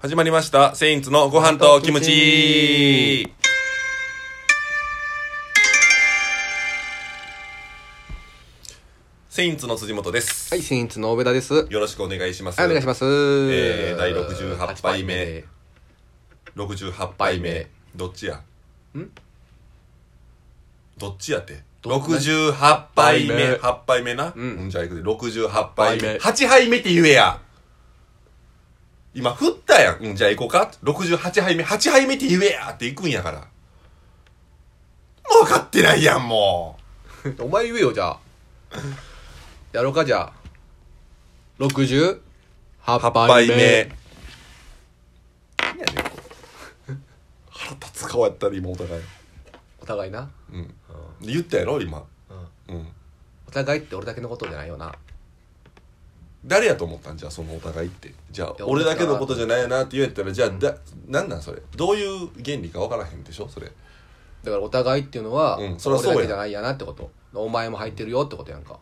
始まりました。セインツのご飯とキムチ。セインツの辻本です。はい、セインツの大部田です。はい、よろしくお願いします。。お願いしますす。えー第68 68杯目。68杯目。どっちやんどっちやって。どっち68杯杯目。目8杯目な。んうん。じゃあいくで。68杯目。杯目8杯目って言えや。今、振ったやん。うん、じゃあ行こうか。68杯目。8杯目って言えやって行くんやから。もう分かってないやん、も お前言えよ、じゃあ。やろうか、じゃあ。68う。8杯杯目。目。何やねん、これ腹立つ顔やったり、今お互い。お互いな。うん。言ったやろ、今。うん。お互いって俺だけのことじゃないよな。誰やと思ったんじゃあそのお互いってじゃあや俺だけのことじゃないよなって言えたらじゃあだ、なんなんそれどういう原理か分からへんでしょそれだからお互いっていうのは、うんそりゃ俺そうやだけじゃないやなってこと。お前も入ってるよってことやんか。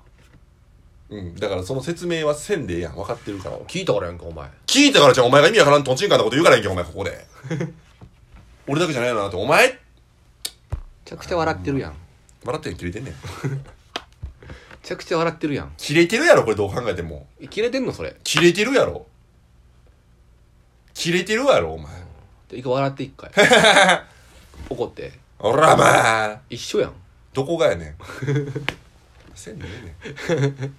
うんだからその説明はせんでええやん分かってるから俺聞いたからやんか、お前。聞いたからじゃあお前が意味わからんとんちんかんなこと言うからやんけお前ここ で俺だけじゃないよなってお前めちゃくちゃ笑ってるやん。め笑ってん切れてんねんちゃくちゃ笑ってるやん。切れてるやろこれどう考えてもえ切れてんのそれ。切れてるやろ切れてるやろお前で一回笑って 一回。怒って。おらまあ一緒やん。どこがやね んせんでえ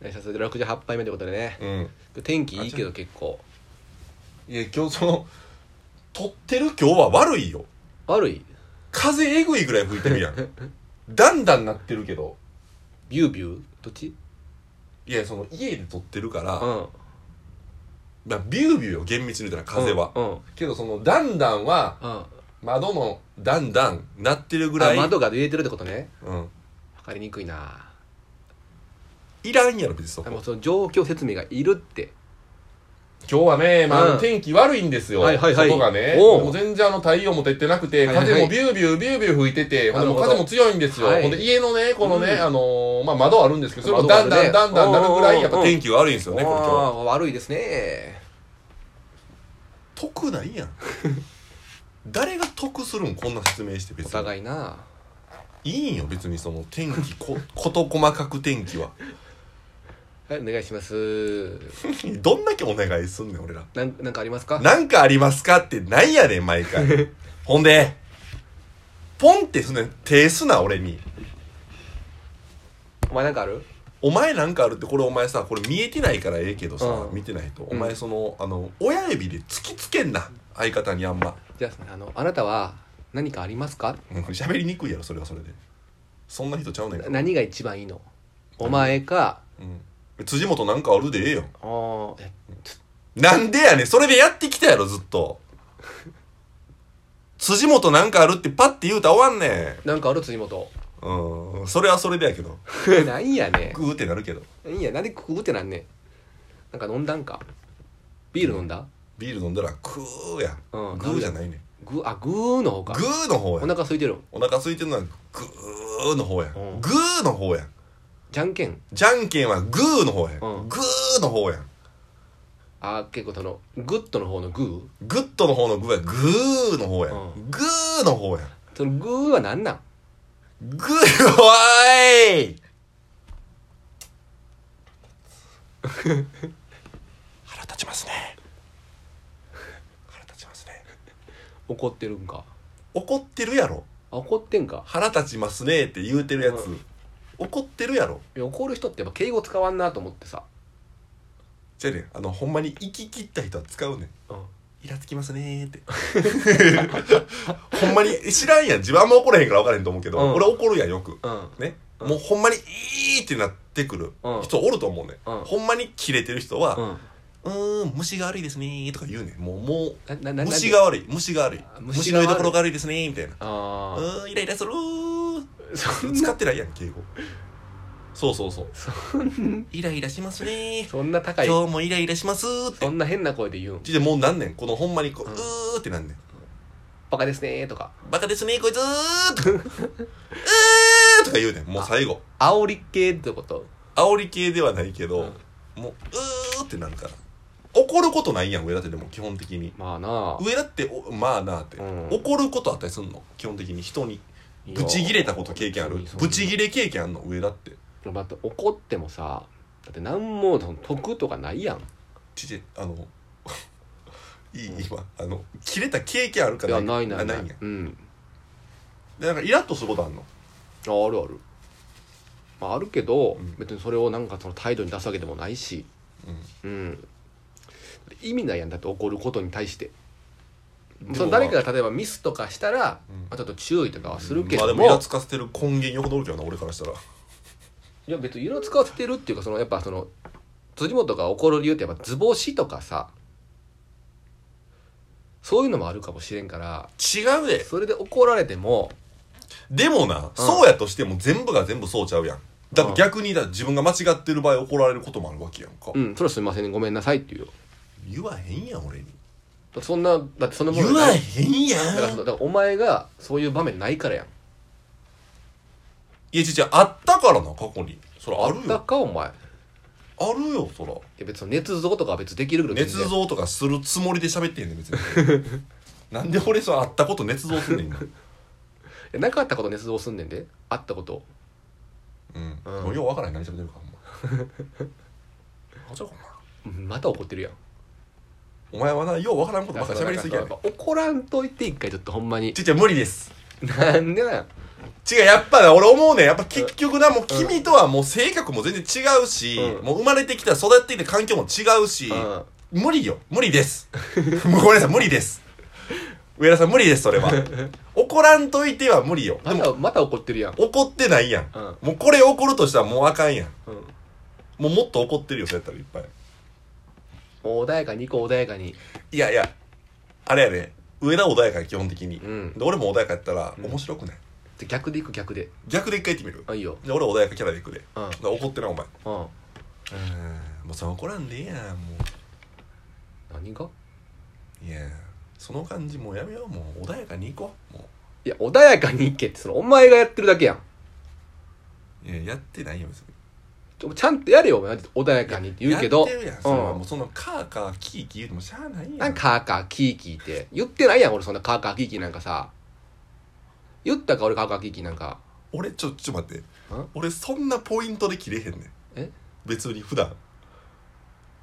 ねさすが68杯目ってことでねえ。ねんうん天気いいけど結構。いや今日その撮ってる今日は悪いよ悪い風えぐいぐらい吹いてる やんだんだんなってるけどビュービューどっちいやその家で撮ってるから、うんまあ、ビュービューよ厳密に言ったら風は、うんうんけどそのだんだんはあ窓のだんだんなってるぐらい窓が揺れてるってことねうん、分かりにくいないらんやろ別にそでこもその状況説明がいるって今日はね、まあうん天気悪いんですよ、はいはいはい外がねおうでも全然あの太陽も照ってなくて、はいはいはい風もビュービュービュービュー吹いてて、ほんでもうなるほ風ども強いんですよ、はいほんで家のねこのね、うんあのーまあ、窓あるんですけどそれも窓あだるんねだんだんだんなるぐらいやっうんぱうんうん天気が悪いんですよねこれ今日はあー悪いですね得ないやん 誰が得するんこんな説明して別おに互いないいんよ別にその天気こ 事細かく天気ははいお願いしますどんだけお願いすんねん俺らなんなんかありますかなんかありますかってなんやねん毎 回ほんでポンってすんねん手すな俺にお前なんかあるお前なんかあるってこれお前さこれ見えてないからええけどさ、うん見てないとおうん前その、あの親指で突きつけんな相方にあんまじゃああのあなたは何かありますかうん 喋りにくいやろそれはそれでそんな人ちゃうねんから、何が一番いいのお前かうん、辻元なんかあるでええよあーえなんでやねんそれでやってきたやろ、ずっ と。辻元なんかあるってパッて言うたら終わんねなんかある辻 元ん。うん。それはそれでやけど。なんやねグーってなるけど。んいやなんでくぐってなんねんなんか飲んだんかビール飲んだビール飲んだらクーや。うんグーじゃないねん。グーあグーの方グかーの方おや。腹空いてるお腹空いてるのはグーの方や。うんグーの方や。じゃんけんじゃんけんはグーの方や。うんグーの方や。あー結構そのグッドの方のググッドの方のグーはグーの方や。うグーの方や。ーそのグーは何なんグー、おー い腹立ちますね。腹立ちますね。怒ってるんか怒ってるやろ。あ怒ってんか腹立ちますねって言うてるやつ。うん怒ってるやろ。いや怒る人ってやっぱ敬語使わんなと思ってさ、じゃあねん、あの、ほんまに生き切った人は使うねん。イラつきますねーって。 ほんまに、知らんやん。自分あんま怒れへんから分からへんと思うけど、うん俺怒るやん、よく。うんね。うんもうほんまに、いいってなってくるうん人おると思うね、うんん。ほんまにキレてる人は、うんうーん虫が悪いですねーとか言うねんもうもうななな虫が悪い虫が悪いあ虫虫のが悪い居所が悪いですねーみたいなうあーんイライラするーあそん使なってないやん敬語そうそうそうイライラしますねーそんな高い今日もイライラしますーってそんな変な声で言うんでもうなんねんこのほんまにこう、ううんーってなんねんバカですねーとかバカですねーこいつー とかうーとか言うねんもう最後煽り系ってこと煽り系ではないけど、うんもううーってなるから怒ることないやん上田ってでも基本的にまあな上田っておまあなあって、うん怒ることあったりすんの基本的に人にいやブチギレたこと経験あるそうそうブチギレ経験あんの上田ってだって怒ってもさだって何もその得とかないやんちちあの いい今あの切れた経験あるかいらやないないなないいんやうんでなんかイラッとすることあんのああるある、まあ、あるけど、うん別にそれをなんかその態度に出すわけでもないしうん意味ないやんだって怒ることに対してうんその誰かが例えばミスとかしたら、うんまあ、ちょっと注意とかはするけまあでども,、もイラつかせてる根源よほどおるけどな俺からしたらいや別に色使ってるっていうかそのやっぱその辻元が怒る理由ってやっぱ図星とかさそういうのもあるかもしれんから違うでそれで怒られてもでもな、そうやとしても全部が全部そうちゃうやんだって逆にだ自分が間違ってる場合怒られることもあるわけやんか、うんそれはすみませんごめんなさいっていうよだ言わへんやん俺にってそんなだってそんなも言のわないへんやだからそんのだからお前がそういう場面ないからやんいやちちあったからな過去にそらあるだよかお前いあるよそらや別に捏造とかは別にできるけど全然捏造とかするつもりで喋ってんねん 別になんで俺そうあったこと捏造すんねん 今いやなかったこと捏造すんねんであったことうん、うんもうようわからへん何喋ってるかほん まあちょこうんまた怒ってるやんお前お前はなようわからんことばっかり喋りすぎやねだからそのやっぱ怒らんといて一回ちょっとほんまにちっちゃい無理ですなんでなんや違うやっぱな俺思うねんやっぱ結局なもう君とはもう性格も全然違うし、うんもう生まれてきた育ってきた環境も違うし、うん無理よ無理です もうごめんなさい無理です上田さん無理ですそ れは怒らんといては無理よでまもたまた怒ってるやん怒ってないやん、うんもうこれ怒るとしたらもうあかんやんうんもうもっと怒ってるよそうやったらいっぱいもう穏やかにいこう穏やかにいやいやあれやね上田穏やかや基本的に、うんで俺も穏やかやったらうん面白くない、で逆でいく逆で逆で一回言ってみるあいいよで俺穏やかキャラでいくで、うんで怒ってないお前うんうんもうその怒らんでいいやんも何がういやその感じもうやめようもう穏やかに行こうもいや穏やかにいけってそのお前がやってるだけやんういややってないよ別にちょちゃんとやれよお前穏やかにって言うけどやってるやんそれはうんもうそのカーカーキーキー言うてもしゃあないやんなんかカーカーキーキーって言ってないやん俺そんなカーカーキーキーなんかさ言ったか俺カーカーキーキーなんか俺ちょちょっと待って俺そんなポイントで切れへんねんえ別に普段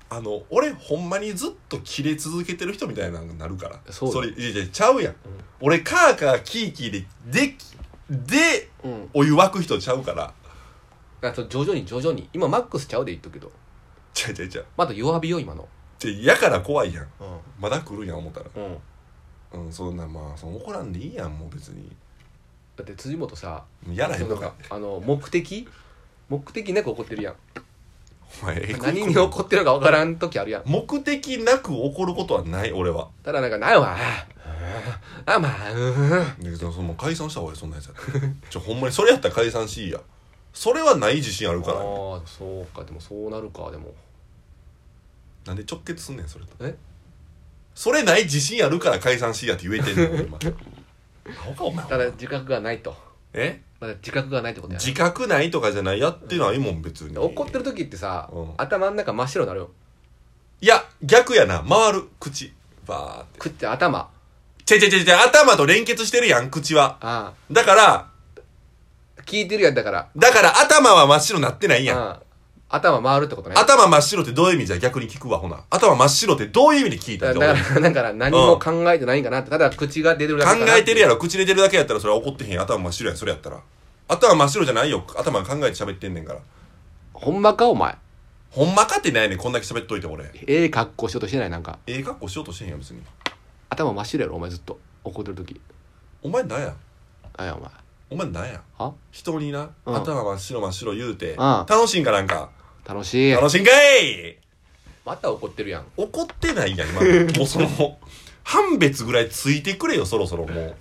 あの俺ほんまにずっと切れ続けてる人みたいなのになるからそうよれいやいやちゃうやん、俺カーカーキーキーでででうんお湯沸く人ちゃうからあそう徐々に徐々に今マックスちゃうで言っとくけどちゃうちゃうちゃうまだ弱火よ今のちゃうやから怖いやんうまだ来るんや思ったらん、うん、うんそんなまあその怒らんでいいやんもう別にだって辻元さやらへそんのとなんかかあの目的目的なく怒ってるやんお前えぐい何に怒ってるか分からん時あるやん目的なく怒ることはない俺はただなんか「なんわあまあうんでそのもう解散した方がいいそんなやつやった らちょほんまにそれやったら解散しいやそれはない自信あ」るからああそうかでもそうなるかでもなんで直結すんねんそれとえそれない自信あるから解散しいやって言えてんねん今アホかお前ただ自覚がないとえまだ自覚がないってことやな自覚ないとかじゃないやってないもん別に怒ってる時ってさ、うん頭の中真っ白になるよいや逆やな回る口バーって食って頭ちゃちゃちゃちゃ頭と連結してるやん口はあだからあ聞いてるやんだからだから頭は真っ白なってないやん。ああ頭回るってことね頭真っ白ってどういう意味じゃ逆に聞くわ、ほな。頭真っ白ってどういう意味で聞いただんかだら俺 だからだから何も考えてないんかなってただ口が出てるだけかな考えてるやろ、口出てるだけやったらそれは怒ってへんやん頭真っ白やん、それやったら。頭真っ白じゃないよ、頭考えて喋ってんねんから。ほんまかお前ほんまかってないねん、こんだけ喋っといて俺。えええ格好しようとしてないなんかえ格好しようとしてへんやん、別に。頭真っ白やろお前ずっと怒ってる時お前なんやあやお前お前なんやは人にな、うん頭真っ白真っ白言うて、ん楽しいんかなんか。楽しい楽しいんかいまた怒ってるやん怒ってないやん、今の。もうその、 判別ぐらいついてくれよ、そろそろもう。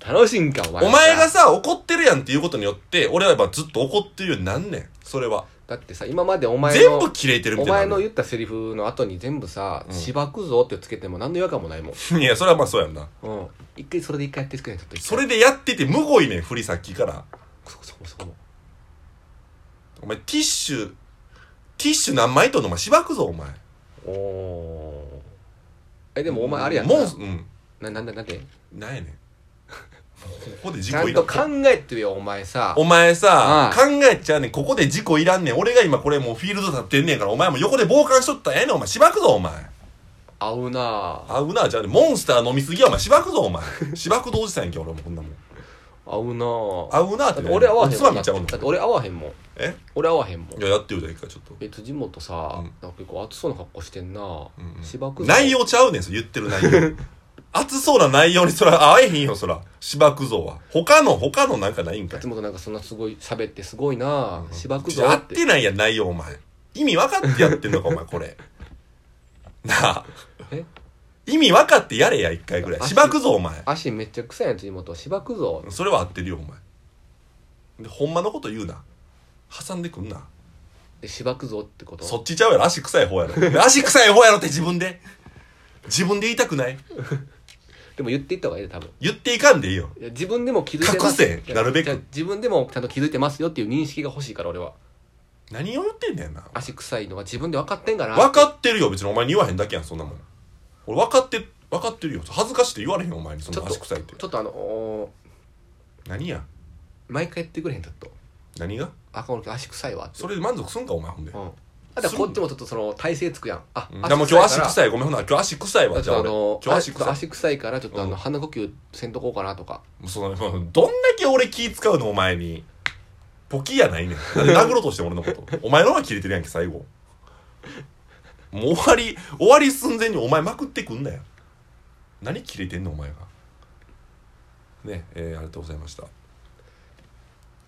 楽しいんかお前お前がさ、怒ってるやんっていうことによって、俺はやっぱずっと怒ってるようになんねん。それは。だってさ今までお前全の部切れてるみおた前いなのる言ったセリフの後に全部さ「んしばくぞ」ってつけても何の違和感もないもん、いや、それはまあそうやんな。うん、一回それで一回やってつけないちょっと一回それでやってて、むごいねん、振りさっきから。そそそそお前、ティッシュ、ティッシュ何枚とんのお前、しばくぞ、お前。おおえでもお前あれやんなもううんななんだなんでなんやねんもうここで事ちゃ故んいらとん考えてよお前さお前さああ考えちゃうねんここで事故いらんねん俺が今これもうフィールド立ってんねんからお前も横で傍観しとったらええねんお前しばくぞお前合うなあ合うなじゃあねモンスター飲みすぎやお前しばくぞお前しばくどおじさんやんけ俺もこんなもん合うなあ合うなっだてって俺合わへんおつまもんみだっちてゃうのだって俺合わへんもんえ俺合わへんもんいややってるじゃん一回ちょっとえ辻本さ、うんなんか結構熱そうな格好してんな、うんうん芝生内容ちゃうねんそれ言ってる内 容熱そうな内容にそら合えへんよそら芝生像は他の他のなんかないんかい辻本なんかそんなすごい喋ってすごいな、芝生合ぞっっててないやん内容お前意味分かってやってんのかお前これなあえ意味分かってやれや一回ぐらい足芝生像お前足めっちゃ臭いやん辻本芝生ぞそれは合ってるよお前でほんまのこと言うな挟んでくんなで芝生ぞってことそっちちゃうやろ足臭い方やろ で足臭い方やろって自分で自分で言いたくないでも言っていった方がいいで多分言っていかんでいいよいや自分でも気づいてます隠せなるべくいや自分でもちゃんと気づいてますよっていう認識が欲しいから俺は何を言ってんだよな足臭いのは自分で分かってんかな分かってるよ別にお前に言わへんだけやんそんなもん俺分かって分かってるよ恥ずかしいって言われへんよお前にそんちょなっと足臭いってちょっとあのお何や毎回言ってくれへんちょっと何があかん俺足臭いわってそれで満足すんかお前ほんで、うんあとはこっちもちょっとその体勢つくやんあ、うん、でも今日足い臭いごめんほな今日足臭いからわちじょっゃあとあ俺の今日足ちょっと臭い足臭いからちょっとあの、うん鼻呼吸せんとこうかなとかもうそのもうどんだけ俺気使うのお前にポキやないねん殴ろうとしてん俺のことお前のは切れてるやんけ最後もう終わり終わり寸前にお前まくってくんなよ何切れてんのお前がねえーありがとうございました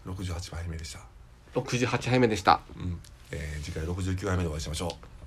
68杯目でした68杯目でしたうんえー次回69杯目でお会いしましょう